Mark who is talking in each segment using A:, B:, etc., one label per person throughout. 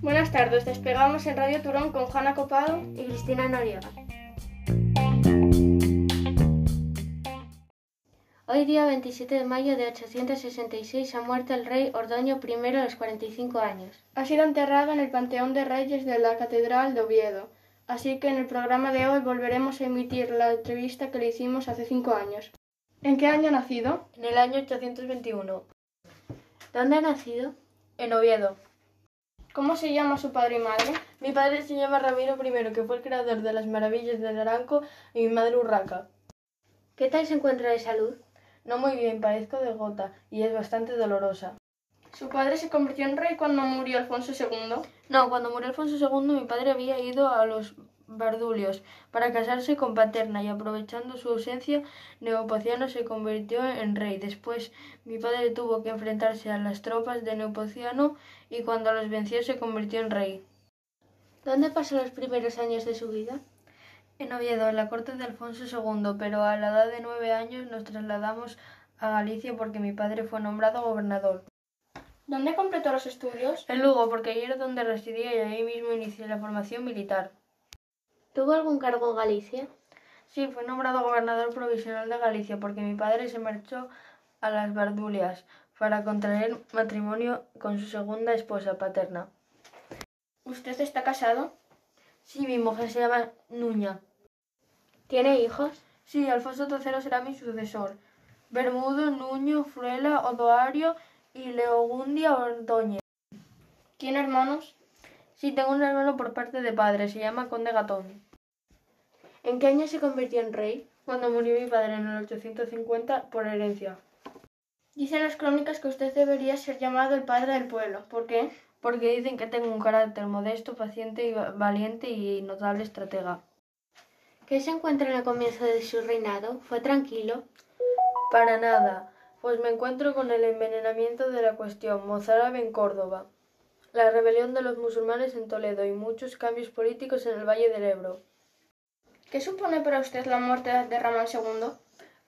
A: Buenas tardes, despegamos en Radio Turón con Juana Copado
B: y Cristina Noriega. Hoy día 27 de mayo de 866 ha muerto el rey Ordoño I a los 45 años.
A: Ha sido enterrado en el Panteón de Reyes de la Catedral de Oviedo, así que en el programa de hoy volveremos a emitir la entrevista que le hicimos hace cinco años. ¿En qué año ha nacido?
C: En el año 821,
B: ¿Dónde ha nacido?
C: en Oviedo.
A: ¿Cómo se llama su padre y madre?
C: Mi padre se llama Ramiro I, que fue el creador de las maravillas del Naranco, y mi madre Urraca.
B: ¿Qué tal se encuentra de salud?
C: No muy bien, padezco de gota y es bastante dolorosa.
A: Su padre se convirtió en rey cuando murió Alfonso II.
C: No, cuando murió Alfonso II, mi padre había ido a los Bardulios para casarse con Paterna y aprovechando su ausencia, Neopociano se convirtió en rey. Después, mi padre tuvo que enfrentarse a las tropas de Neopociano y cuando los venció se convirtió en rey.
B: ¿Dónde pasó los primeros años de su vida?
C: En Oviedo, en la corte de Alfonso II, pero a la edad de nueve años nos trasladamos a Galicia porque mi padre fue nombrado gobernador.
A: ¿Dónde completó los estudios?
C: En Lugo, porque allí era donde residía y ahí mismo inicié la formación militar.
B: ¿Tuvo algún cargo en Galicia?
C: Sí, fui nombrado gobernador provisional de Galicia porque mi padre se marchó a las Bardulias para contraer matrimonio con su segunda esposa paterna.
A: ¿Usted está casado?
C: Sí, mi mujer se llama Nuña.
B: ¿Tiene hijos?
C: Sí, Alfonso III será mi sucesor. Bermudo, Nuño, Fruela, Odoario y Leogundia Ordóñez.
A: ¿Tiene hermanos?
C: Sí, tengo un hermano por parte de padre, se llama Conde Gatón.
B: ¿En qué año se convirtió en rey?
C: Cuando murió mi padre en el 850 por herencia.
A: Dicen las crónicas que usted debería ser llamado el padre del pueblo. ¿Por qué?
C: Porque dicen que tengo un carácter modesto, paciente y va- valiente y notable estratega.
B: ¿Qué se encuentra en el comienzo de su reinado? ¿Fue tranquilo?
C: Para nada, pues me encuentro con el envenenamiento de la cuestión mozárabe en Córdoba, la rebelión de los musulmanes en Toledo y muchos cambios políticos en el Valle del Ebro.
A: ¿Qué supone para usted la muerte de Ramón II?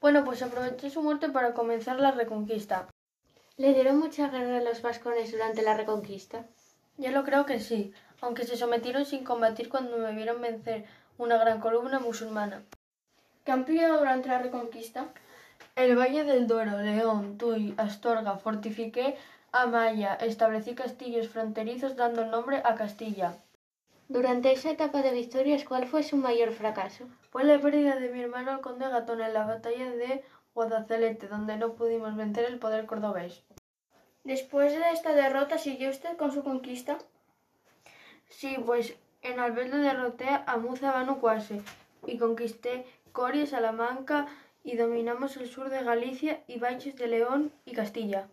C: Bueno, pues aproveché su muerte para comenzar la reconquista.
B: ¿Le dieron mucha guerra a los vascones durante la reconquista?
C: Yo lo creo que sí, aunque se sometieron sin combatir cuando me vieron vencer una gran columna musulmana.
A: ¿Qué han pillado durante la reconquista?
C: El Valle del Duero, León, Tuy, Astorga, fortifiqué Amaya, establecí castillos fronterizos dando el nombre a Castilla.
B: Durante esa etapa de victorias, ¿cuál fue su mayor fracaso?
C: Fue la pérdida de mi hermano el conde Gatón en la batalla de Guadalcelete, donde no pudimos vencer el poder cordobés.
A: Después de esta derrota, ¿siguió usted con su conquista?
C: Sí, pues en Alberto derroté a Muza Banu Quase y conquisté Coria, Salamanca y dominamos el sur de Galicia y Baches de León y Castilla.